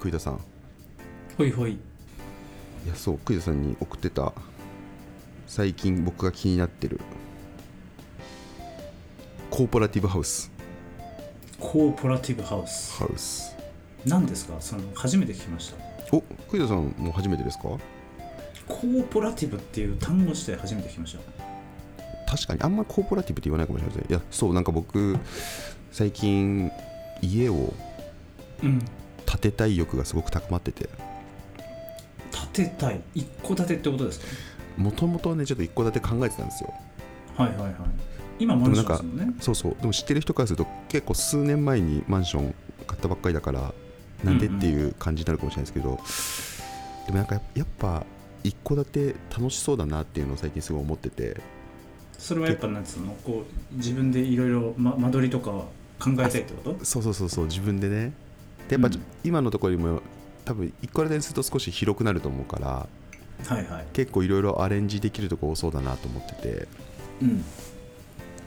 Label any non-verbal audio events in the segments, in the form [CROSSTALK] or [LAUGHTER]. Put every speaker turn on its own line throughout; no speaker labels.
栗田さん
ほいほい
いやそう栗田さんに送ってた最近僕が気になってるコーポラティブハウス
コーポラティブハウス
ハウス
何ですかその初めて聞きました
お栗田さんも初めてですか
コーポラティブっていう単語自体初めて聞きました
確かにあんまりコーポラティブって言わないかもしれませんいやそうなんか僕最近家を
うん
建てたい欲がすごく高まってて
建てたい一戸建てってことです
もともとねちょっと一戸建て考えてたんですよ
かはいはいはい今マンションですもんね
そうそうでも知ってる人からすると結構数年前にマンション買ったばっかりだからなんで
う
っ
んうん
ていう感じになるかもしれないですけど、でもなんかやっぱ一戸建て楽しそうだなっていうのを最近すごい思ってて
それはやっぱなんつうのこう自分でいろいろま間取りとか考えたいってこと
そうそうそうそう自分でねでやっぱ、
うん
今のところにも多分一戸建てにすると少し広くなると思うから
はいはい
結構いろいろアレンジできるとこ多そうだなと思ってて
うん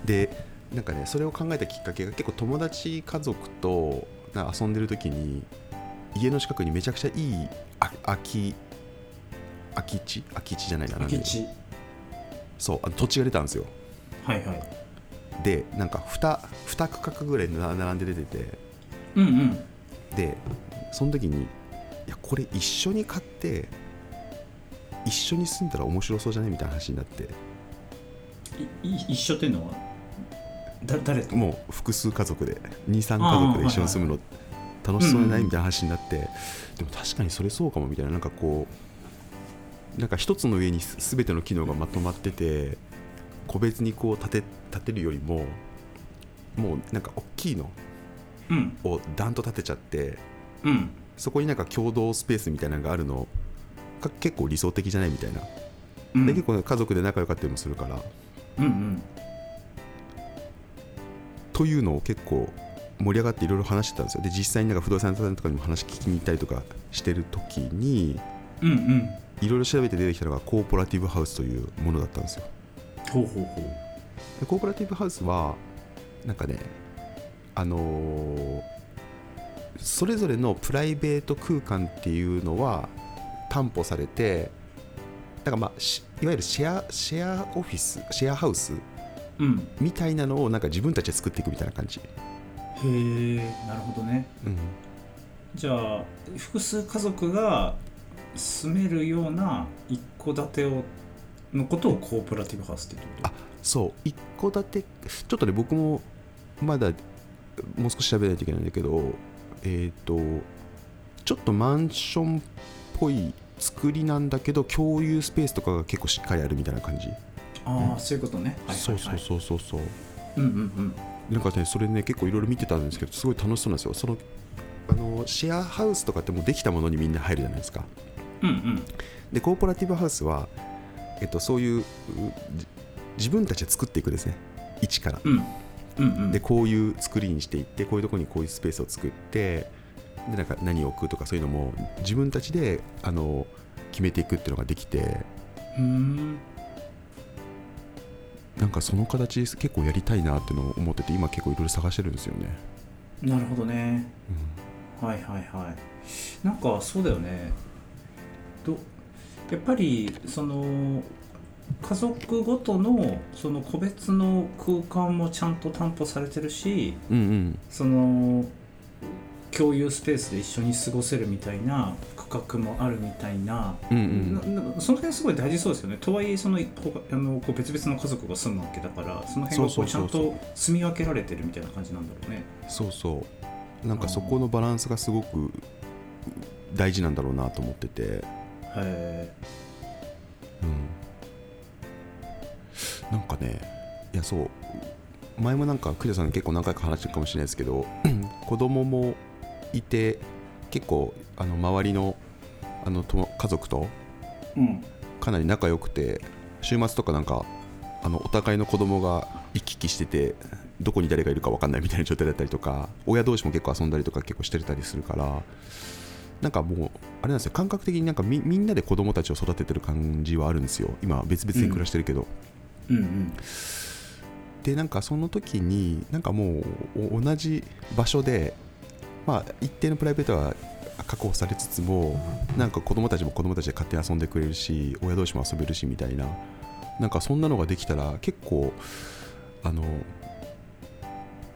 でなんかねそれを考えたきっかけが結構友達家族となんか遊んでる時に家の近くにめちゃくちゃいいあ空き空き地空き地じゃないなな
空
んだ
き
ろう
地
そうあの土地が出たんですよ
はいはい
でなんか 2, 2区画ぐらいな並んで出てて
うんうん
でその時にいやこれ一緒に買って一緒に住んだら面白そうじゃないみたいな話になって
いい一緒っていうのはだ誰と
もう複数家族で23家族で一緒に住むの楽しそうじゃないみたいな話になって、でも確かにそれそうかもみたいななんかこうなんか一つの上にす全ての機能がまとまってて個別にこう立て立てるよりももうなんか大きいの
うん
をダンと立てちゃって
うん
そこになんか共同スペースみたいなのがあるのが結構理想的じゃないみたいな、
うん
で結構家族で仲良かったりもするから
うんうん
というのを結構盛り上がっていろいろ話してたんですよで実際になんか不動産屋さんとかにも話聞きに行ったりとかしてる時に
うんうん
いろいろ調べて出てきたのがコーポラティブハウスというものだったんですよ
ほうほうほう
でコーポラティブハウスはなんかねあのーそれぞれのプライベート空間っていうのは担保されてなんかまあしいわゆるシェアシェアオフィスシェアハウス
うん
みたいなのをなんか自分たちで作っていくみたいな感じ、
へえなるほどね
うん、
じゃあ複数家族が住めるような一戸建てをのことをコーポラティブハウスって言ってこ
あそう一戸建てちょっとね僕もまだもう少し調べないといけないんだけどえっ、とちょっとマンションっぽい作りなんだけど共有スペースとかが結構しっかりあるみたいな感じ、
とああ、そういうことねはいはい
そ
はい
うそうそうそうそう
うんうんうん
なんかねそれね結構いろいろ見てたんですけどすごい楽しそうなんですよそのあのシェアハウスとかってもうできたものにみんな入るじゃないですか
うんうん
でコーポラティブハウスは、えっと、そういううじ自分たちで作っていくですね一から
うんうんうん
でこういう作りにしていってこういうところにこういうスペースを作ってでなんか何を置くとかそういうのも自分たちであの決めていくっていうのができて
うーん
なんかその形です結構やりたいなっていうのを思ってて今結構いろいろ探してるんですよね。
なるほどね
うん
はいはいはいなんかそうだよねどやっぱりその家族ごとのその個別の空間もちゃんと担保されてるし
うんうん、
その共有スペースで一緒に過ごせるみたいな区画もあるみたいな,、
うんうん
ななんかその辺すごい大事そうですよねとはいえそのほかあのこう別々の家族が住むわけだからその辺がこ
そうう
ち
そ
ゃ
うそ
ん
うそう
と住み分けられてるみたいな感じなんだろうね。
そうそうなんかそこのバランスがすごく大事なんだろうなと思ってて、
へ
うん、なんかねいやそう前もなんか栗田さんに結構何回か話してるかもしれないですけど [CLEARS THROAT] 子供もいて結構あの周りのあのと家族と
ーうん、
かなり仲良くて週末とかなんかあのお互いの子供が行き来しててどこに誰がいるか分かんないみたいな状態だったりとか親同士も結構遊んだりとか結構してたりするからなんかもうあれなんですよ感覚的になんかみみんなで子供たちを育ててる感じはあるんですよ今別々に暮らしてるけど、
うんうん
でなんかその時になんかもうお同じ場所でまあ一定のプライベートは確保されつつもなんか子供たちも子供たちで勝手に遊んでくれるし親同士も遊べるしみたいななんかそんなのができたら結構あのいわ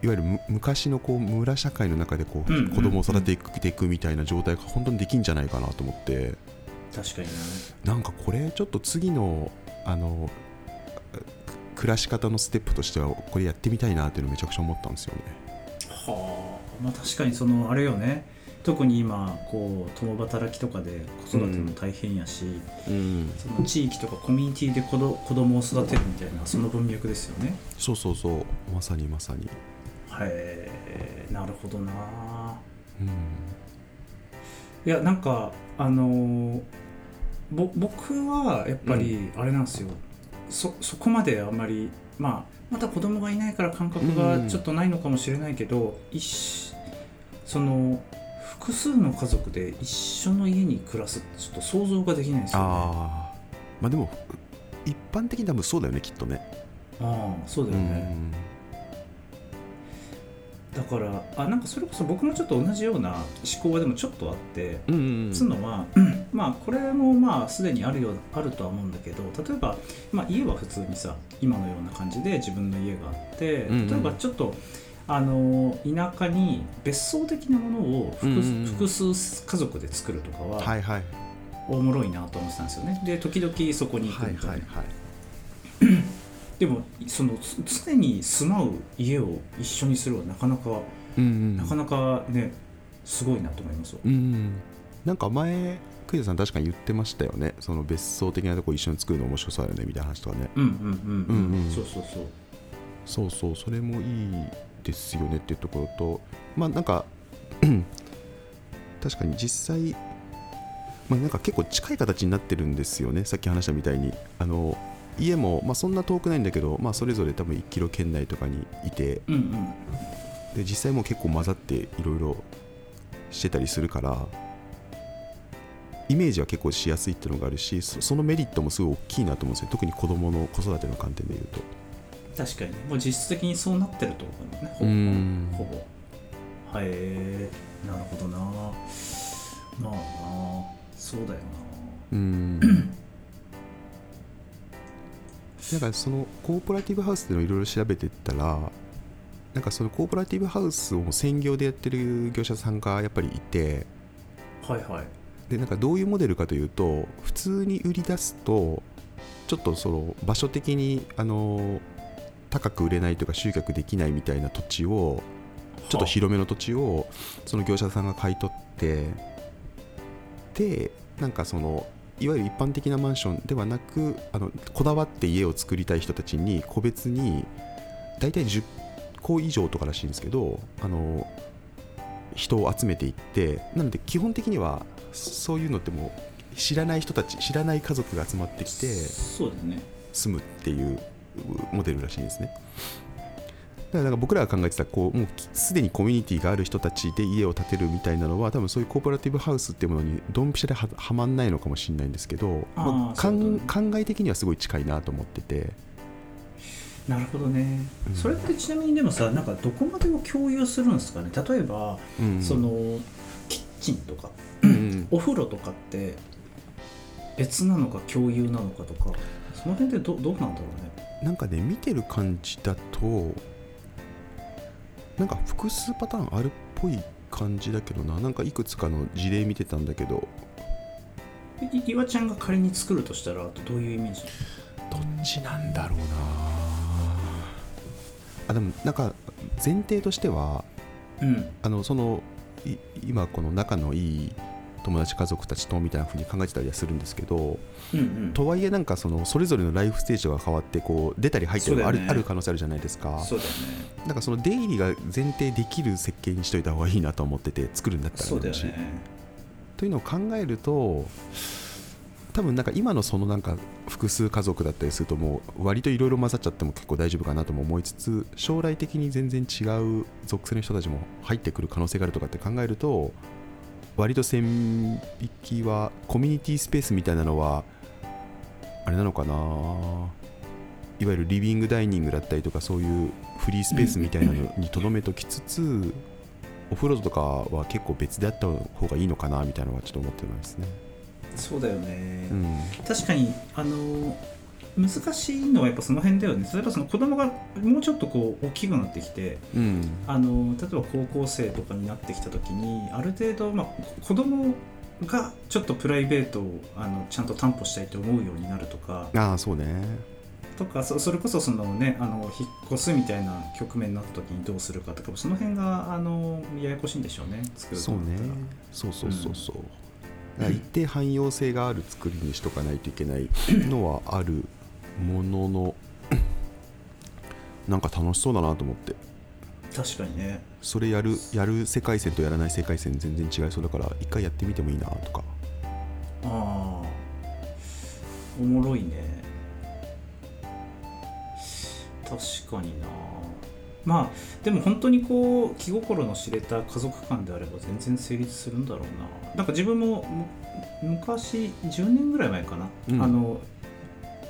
ゆるむ昔のこう村社会の中でこう、
うんうんうん
子供を育てていくみたいな状態が本当にできんじゃないかなと思って
確かにな
なんかこれちょっと次のあのく暮らし方のステップとしてはこれやってみたいなっていうのめちゃくちゃ思ったんですよね。
はあまあ確かにそのあれよね特に今こう共働きとかで子育ても大変やし、
うん、
その地域とかコミュニティで子ど子供を育てるみたいなその文脈ですよね
そうそうそうまさにまさに。
はいなるほどな
うん
いやなんかあのーぼ僕はやっぱりあれなんですよ、そそこまであんまりまあまだ子供がいないから感覚がちょっとないのかもしれないけど、一その複数の家族で一緒の家に暮らすってちょっと想像ができないんですよ、ね、
ああまあでも一般的に多分そうだよねきっとね。
ああそうだよね、だからあなんかそれこそ僕もちょっと同じような思考はでもちょっとあって、
うんうん
つうのは、まあこれもまあすでにあるよあるとは思うんだけど例えば、まあ、家は普通にさ今のような感じで自分の家があって
うんうん
例えばちょっと、あの田舎に別荘的なものを複,、
うんうんうん
複数家族で作るとか
は
はい
はい
おもろいなと思ってたんですよねで時々そこに行くみたいな、
はい。
でもそのつ常に住まう家を一緒にするはなかなか、
うんうん、
なかなかねすごいなと思いますよ
うんうん、なんか前クイズさん確かに言ってましたよねその別荘的なとこ一緒に作るの面白そうだよねみたいな話とかね
うんうんうん、
うんうん
そうそうそう
そうそうそれもいいですよねっていうところとまあなんか [CLEARS THROAT] うん確かに実際まあなんか結構近い形になってるんですよねさっき話したみたいにあの家も、まあ、そんな遠くないんだけど、まあ、それぞれ多分1キロ圏内とかにいて
うんうん
で実際もう結構混ざっていろいろしてたりするからイメージは結構しやすいっていうのがあるしそそのメリットもすごい大きいなと思うんですよ特に子どもの子育ての観点でいうと
確かにねもう実質的にそうなってると思うねほぼ
うん
ほぼはいえーなるほどなまあなそうだよ
うんなんかそのコーポラティブハウスっていうのをいろいろ調べてったらなんかそのコーポラティブハウスを専業でやってる業者さんがやっぱりいて
なはいはい
でなんかどういうモデルかというと普通に売り出すとちょっとその場所的にあの高く売れないというか集客できないみたいな土地をちょっと広めの土地をその業者さんが買い取ってでなんかそのいわゆる一般的なマンションではなくあのこだわって家を作りたい人たちに個別に大体10個以上とからしいんですけどあの人を集めていってなので基本的にはそういうのってもう知らない人たち知らない家族が集まってきて
そうですね
住むっていうモデルらしいんですね。だからなんか僕らが考えてたこうもうすでにコミュニティがある人たちで家を建てるみたいなのは多分そういうコーポラティブハウスっていうものにドンピシャでははまんないのかもしれないんですけど
あー
まあ
そ
か
ういうんこ
考え的にはすごい近いなと思ってて
なるほどね、
うん
それってちなみにでもさなんかどこまでを共有するんですかね例えば、
うん
そのキッチンとか
うん
お風呂とかって別なのか共有なのかとかその辺でどどうなんだろうね
なんかね見てる感じだとなんか複数パターンあるっぽい感じだけどななんかいくつかの事例見てたんだけど
い岩ちゃんが仮に作るとしたらどういうイメージ
どっちなんだろうなあでもなんか前提としては
うん
あのそのい今この仲のいい友達家族たちとみたいな風に考えてたりはするんですけど
うんうん
とはいえなんかそのそれぞれのライフステージが変わってこう出たり入ったりもある,、
そうだよね
ある可能性あるじゃないですか
そうだよね
なんかその出入りが前提できる設計にしといた方がいいなと思ってて作るんだったら
そうだよ
もし
ね
というのを考えると多分なんか今のそのなんか複数家族だったりするともう割といろいろ混ざっちゃっても結構大丈夫かなとも思いつつ将来的に全然違う属性の人たちも入ってくる可能性があるとかって考えると割と線引きはコミュニティスペースみたいなのはあれなのかないわゆるリビングダイニングだったりとかそういうフリースペースみたいなのにとどめときつつお風呂とかは結構別であった方がいいのかなみたいなのはちょっと思ってますね。
そうだよね、
うん、
確かにあの難しいのはやっぱその辺だよね例えばその子供がもうちょっとこう大きくなってきて
うん、
あの例えば高校生とかになってきた時にある程度、まあ、こ子供がちょっとプライベートをあのちゃんと担保したいと思うようになるとか
ああそうね。
とかそそれこそその、ね、あの引っ越すみたいな局面になった時にどうするかとかその辺があのややこしいんでしょうね作ると
そう
なった
ね
ら。
そうそうそうそう。だから一定汎用性がある作りにしとかないといけないのはあるものの [CLEARS THROAT] なんか楽しそうだなと思って
確かにね
それやるやる世界線とやらない世界線全然違いそうだから一回やってみてもいいなとか
ああおもろいね確かになまあでも本当にこう気心の知れた家族間であれば全然成立するんだろうななんか自分もむ昔10年ぐらい前かな、
うん
あの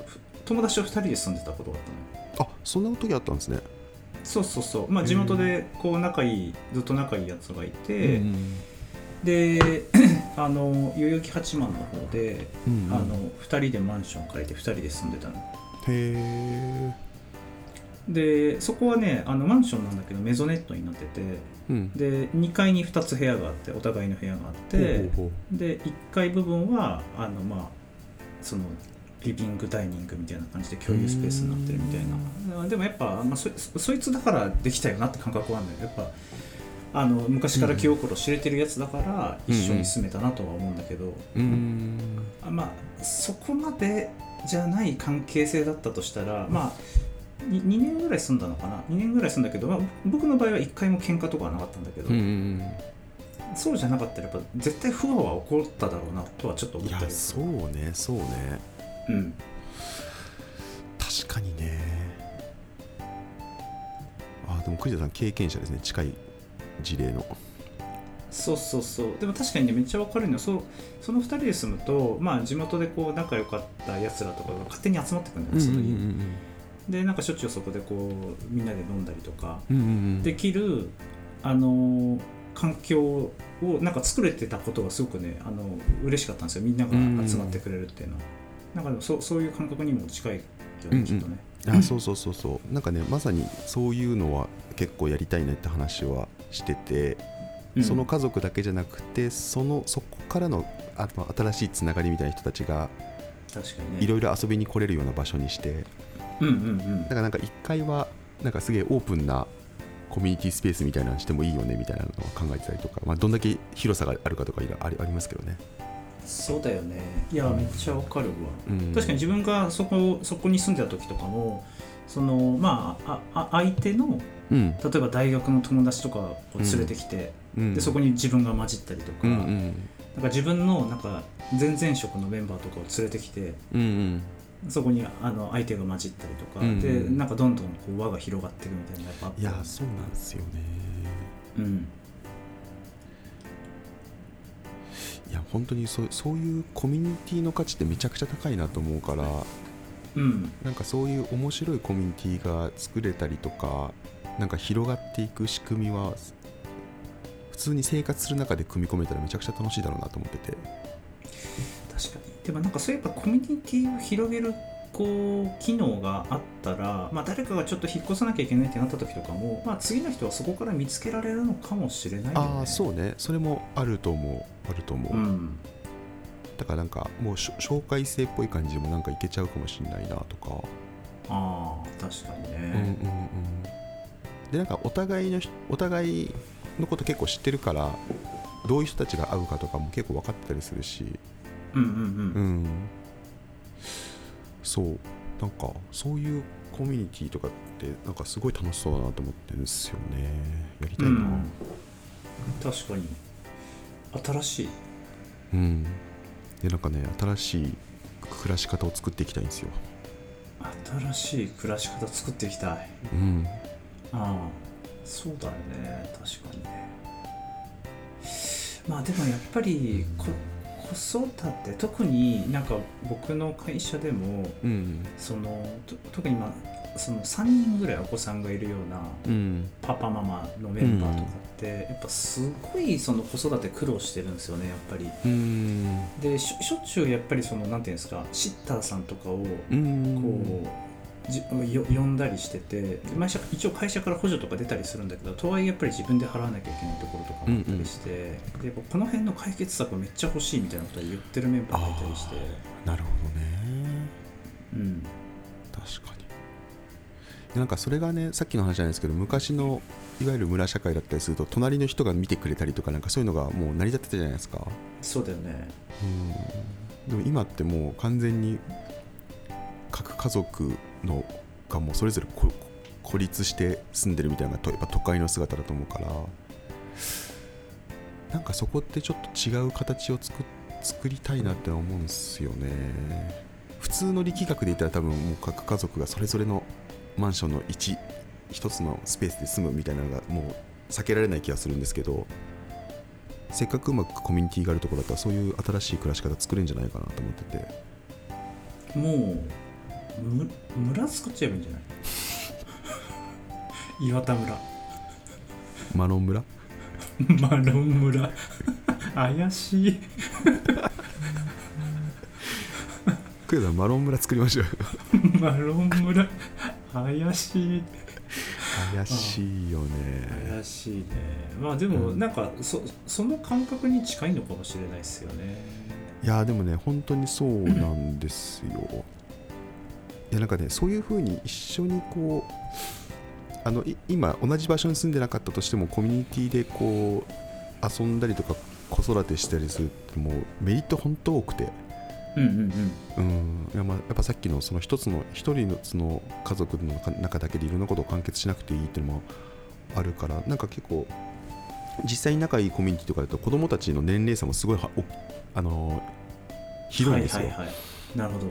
ふ友達と2人で住んでたことがあったのよ
あそんな時あったんですね。
そうそうそうまあ地元でこう仲いいずっと仲いいやつがいて、
うん
で [CLEARS THROAT] あの代々木八幡の方で
うんうん
あの2人でマンション借りて2人で住んでたの
へ
でそこはねあのマンションなんだけどメゾネットになってて
え、うん、
で2階に2つ部屋があってお互いの部屋があって
ほうほうほ
で1階部分はあのまあそのリビングダイニングみたいな感じで共有スペースになってるみたいなでもやっぱ、まあ、そそいつだからできたよなって感覚はあるんだよやっぱあの昔から気心知れてるやつだから一緒に住めたなとは思うんだけど、
ううん
あまあそこまでじゃない関係性だったとしたらまあに 2, 年ぐらい住んだのかな2年ぐらい住んだけど、まあ、僕の場合は1回も喧嘩とかはなかったんだけど、
うん
そうじゃなかったらやっぱ絶対不和は起こっただろうなとはちょっと
う
思
ん、い
っ
や
たりす
そ
る
うねそうね
うん、
確かにねあでも栗田さん経験者ですね近い事例の
そうそうそうでも確かにねめっちゃわかるのよそうその2人で住むと、まあ、地元でこう仲良かったやつらとかが勝手に集まってくるんだよねその家にでなんかしょっちゅうそこでこうみんなで飲んだりとか
うんうんうん
できる、あのー環境をなんか作れてたことがすごくねあの嬉しかったんですよみんなが集まってくれるっていうのは、なんかでもそうそういう感覚にも近いよ
うんう
ね
ん
きっとね、
あそうそうそうそうなんかねまさにそういうのは結構やりたいねって話はしてて、
うん
その家族だけじゃなくてそのそこからのあの新しいつながりみたいな人たちが
確かにね
いろいろ遊びに来れるような場所にして
うんうんうん
だからなんか1階はなんかすげえオープンなコミュニティスペースみたいなのしてもいいよねみたいなのを考えてたりとか、まあ、どんだけ広さがあるかとかいらありありますけどね、
そうだよねいやめっちゃわかるわ、
うん
確かに自分がそこそこに住んでた時とかもそのまあああ相手の
うん
例えば大学の友達とかを連れてきて、
うん、
でそこに自分が混じったりとか、
うんうん
なんか自分のなんか前々職のメンバーとかを連れてきて
うんうん
そこにあの相手が混じったりとか、
うん
でなんかどんどんこう輪が広がっていくみたいなやっぱあった
いやそうなんですよね
うん
いや本当にそうそういうコミュニティの価値ってめちゃくちゃ高いなと思うから
うん
なんかそういう面白いコミュニティが作れたりとかなんか広がっていく仕組みは普通に生活する中で組み込めたらめちゃくちゃ楽しいだろうなと思ってて
確かにでもなんかそういえばコミュニティを広げるこう機能があったら、まあ、誰かがちょっと引っ越さなきゃいけないってなった時とかも、まあ、次の人はそこから見つけられるのかもしれないよね
ああそうねそれもあると思うあると思う、
うん
だからなんかもうしょ紹介制っぽい感じでもなんかいけちゃうかもしれないなとか、
ああ確かに
うんうんう
ね、
んでなんかお互いのひお互いのこと結構知ってるからどういう人たちが会うかとかも結構分かってたりするし
うん、うんうんう
うんんそうなんかそういうコミュニティとかってなんかすごい楽しそうだなと思ってるんですよねやりたいな
うん確かに新しい
うん、でなんかね新しい暮らし方を作っていきたいんですよ
新しい暮らし方作っていきたい
うん
ああそうだよね確かにねまあでもやっぱりこ子育て特になんか僕の会社でも
うん
そのと特にまあその3人ぐらいお子さんがいるような
うん
パパママのメンバーとかって、やっぱすごいその子育て苦労してるんですよねやっぱり
うん
でしょしょっちゅうやっぱりそのなんていうんですかシッターさんとかを
うん
こう、じよ呼んだりしててで毎社一応会社から補助とか出たりするんだけどとはいえやっぱり自分で払わなきゃいけないところとかもあったりして、でこの辺の解決策めっちゃ欲しいみたいなことを言ってるメンバーがいたりして、
なるほどね
うん、
確かにでなんかそれがねさっきの話じゃないですけど昔のいわゆる村社会だったりすると隣の人が見てくれたりとかなんかそういうのがもう成り立ってたじゃないですか
そうだよね
うんでも今ってもう完全に各家族のがもうそれぞれこ孤立して住んでるみたいなのがとやっぱ都会の姿だと思うからなんかそこってちょっと違う形を作っ作りたいなって思うんですよね普通の力学で言ったら多分もう各家族がそれぞれのマンションの一一つのスペースで住むみたいなのがもう避けられない気がするんですけどせっかくうまくコミュニティがあるところだったらそういう新しい暮らし方作れるんじゃないかなと思ってて
もうむ村作っちゃえばいいんじゃない岩田村
マロン村
マロン村怪しい
クエさんマロン村作りましょう
マロン村怪しい
怪しいよね
怪しいねまあでも
うん
なんかそその感覚に近いのかもしれないですよね
いやでもね本当にそうなんですよいやなんかねそういう風に一緒にこうあのい今同じ場所に住んでなかったとしてもコミュニティでこう遊んだりとか子育てしたりするってもうメリット本当多くて
うんうん
うんいやまあやっぱさっきのその一つの一人のその家族の中中だけでいろんなことを完結しなくていいっていうのもあるからなんか結構実際に仲いいコミュニティとかだと子供たちの年齢差もすごいはおあのー広いんですよ、
はいはいはいなるほど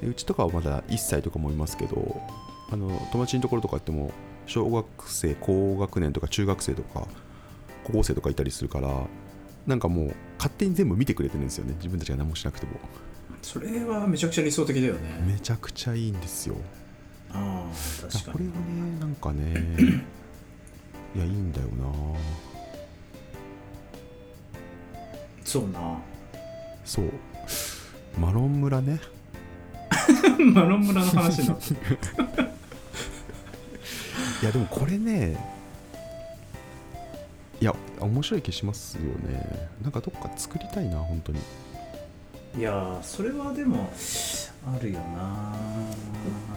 でうちとかはまだ1歳とかもいますけどあの友達のところとか行っても小学生高学年とか中学生とか高校生とかいたりするからなんかもう勝手に全部見てくれてるんですよね自分たちが何もしなくても
それはめちゃくちゃ理想的だよね
めちゃくちゃいいんですよ
ああ確
こ
か
れ
に
はねなんかね
[CLEARS THROAT]
いやいいんだよな
そうな
そうマロン村ね
マロン村の話になって
いやでもこれねいや面白い気しますよねなんかどっか作りたいな本当に
いやーそれはでもあるよな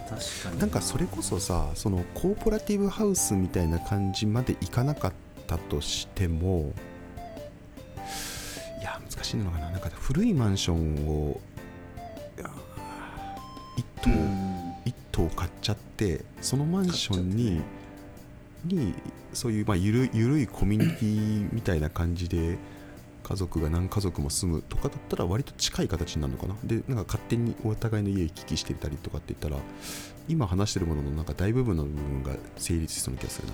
確かに
なんかそれこそさそのコーポラティブハウスみたいな感じまでいかなかったとしてもいや難しいのかななんか古いマンションをいや一棟、
うん
一棟買っちゃってそのマンションに,、にそういう、まあ、ゆるゆるいコミュニティみたいな感じで家族が何家族も住むとかだったら割と近い形になるのかなでなんか勝手にお互いの家行き来してたりとかって言ったら今話してるもののなんか大部分の部分が成立しそうな気がするな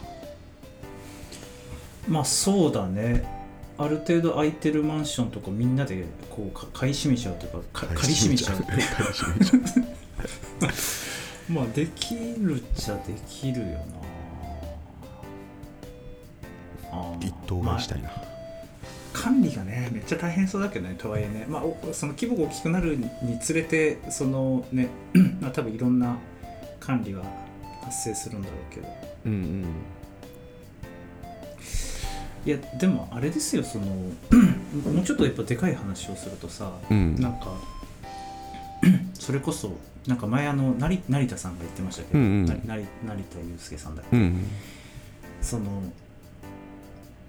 まあそうだねある程度空いてるマンションとかみんなでこうか買い占めちゃうというかか借り占めちゃう
借り占めちゃう
まあできるっちゃできるよなあー
一棟買いしたいな、
まあ管理がねめっちゃ大変そうだけどねとはいえね、まあ、おその規模が大きくなるにつれてそのね [CLEARS THROAT] まあ多分いろんな管理は発生するんだろうけど
うんうん
いやでもあれですよその [CLEARS THROAT] もうちょっとやっぱでかい話をするとさ、
うん
なんか [CLEARS THROAT] それこそなんか前あの成成田さんが言ってましたけど、
うんうん
な成成田悠介さんだっけ、
うんうん
その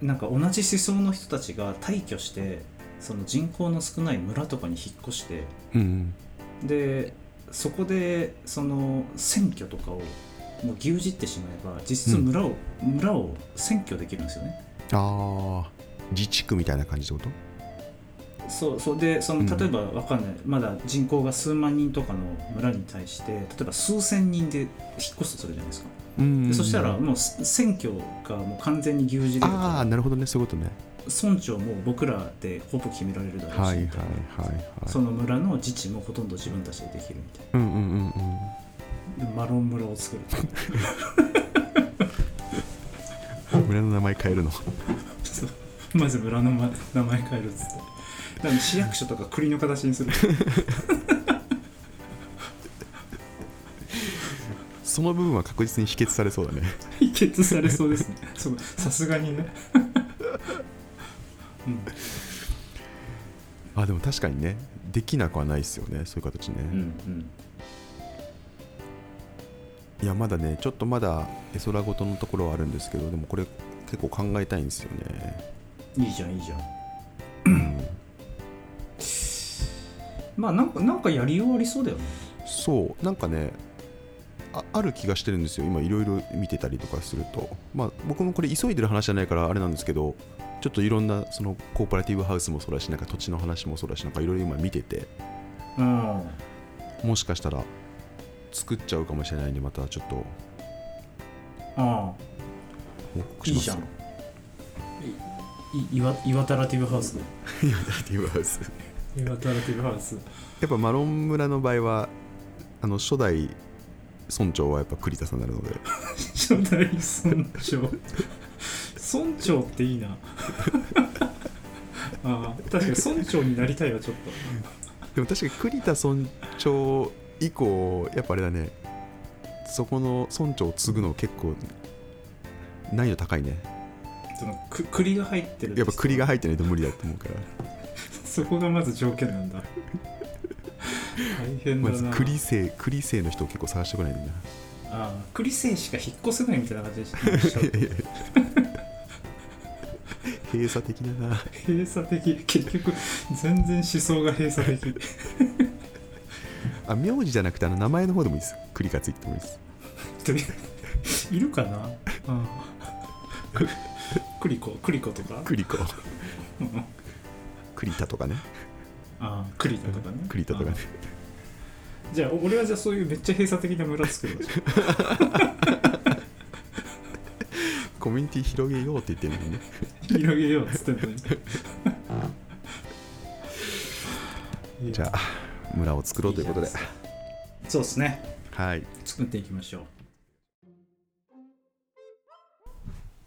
なんか同じ思想の人たちが退去してその人口の少ない村とかに引っ越して
うん
でそこでその選挙とかをもう牛耳ってしまえば実質村を、村を選挙できるんですよね。
ああ自治区みたいな感じってこと
そうそうでその
うん
例えばわかんない、まだ人口が数万人とかの村に対して例えば数千人で引っ越すとするじゃないですか、
うん
でそしたらもうす選挙がもう完全に牛耳れるか
ああなるほどねそういうことね
ら村長も僕らでほぼ決められるだろうし、
はいはい
みたいな
はいはい
その村の自治もほとんど自分たちでできるみたい
うんうんうんうん
でマロン村を作る
村の名前変えるの
そうまず村のま名前変えるっつってだから市役所とか栗の形にする
その部分は確実に否決されそうだね
否決されそうですねそうさすがにね、うん
あでも確かにねできなくはないですよねそういう形ね、
うん
いやまだねちょっとまだ絵空事のところはあるんですけどでもこれ結構考えたいんですよね
うんいいじゃんいいじゃんまあなんかなんかやりようありそうだよね
そうなんかねあある気がしてるんですよ今いろいろ見てたりとかするとまあ僕もこれ急いでる話じゃないからあれなんですけどちょっといろんなそのコーポラティブハウスもそうだしなんか土地の話もそうだしなんかいろいろ今見てて
うん
もしかしたら作っちゃうかもしれないんでまたちょっと
ああ
報告
い
し
い
ます
じゃ
よ
んい岩岩田ラティブハウス
コーポラティブハウス
岩田ラティブハウス
[LAUGHS] やっぱマロン村の場合はあの初代村長はやっぱ栗田さんになるので
初代村長村長っていいなああ確かに村長になりたいわちょっ
でも確かに栗田村長以降やっぱあれだねそこの村長を継ぐの結構難易度高いね
とそのく栗が入ってる
やっぱ栗が
入
入ってないと無理だと思うから
そこがまず条件なんだ大変だ
ま
な、
ず栗生栗生の人を結構探してこないんだ [LAUGHS] よな
ああ栗生しか引っ越せないみたいな感じでしちゃうと
閉鎖的だな
閉鎖的結局全然思想が閉鎖的
あ名字じゃなくてあの名前の方でもいいです栗がついてもいいです
とりあえずいるかな、うん、くクリコクリコとか
栗子
うん
栗田とかね
あークリタとかね
栗田とかね
あーじゃあ俺はじゃあそういうめっちゃ閉鎖的な村作るわじゃ
コミュニティ広げようって言ってるのにね
あ広げようっつってんのに
じゃあ村を作ろうということで
いいじゃ [LAUGHS] そうですね
はい
作っていきましょう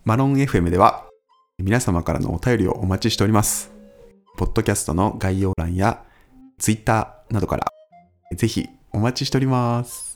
マロン FM では皆様からのお便りをお待ちしております。ポッドキャストの概要欄や Twitter などからぜひお待ちしております。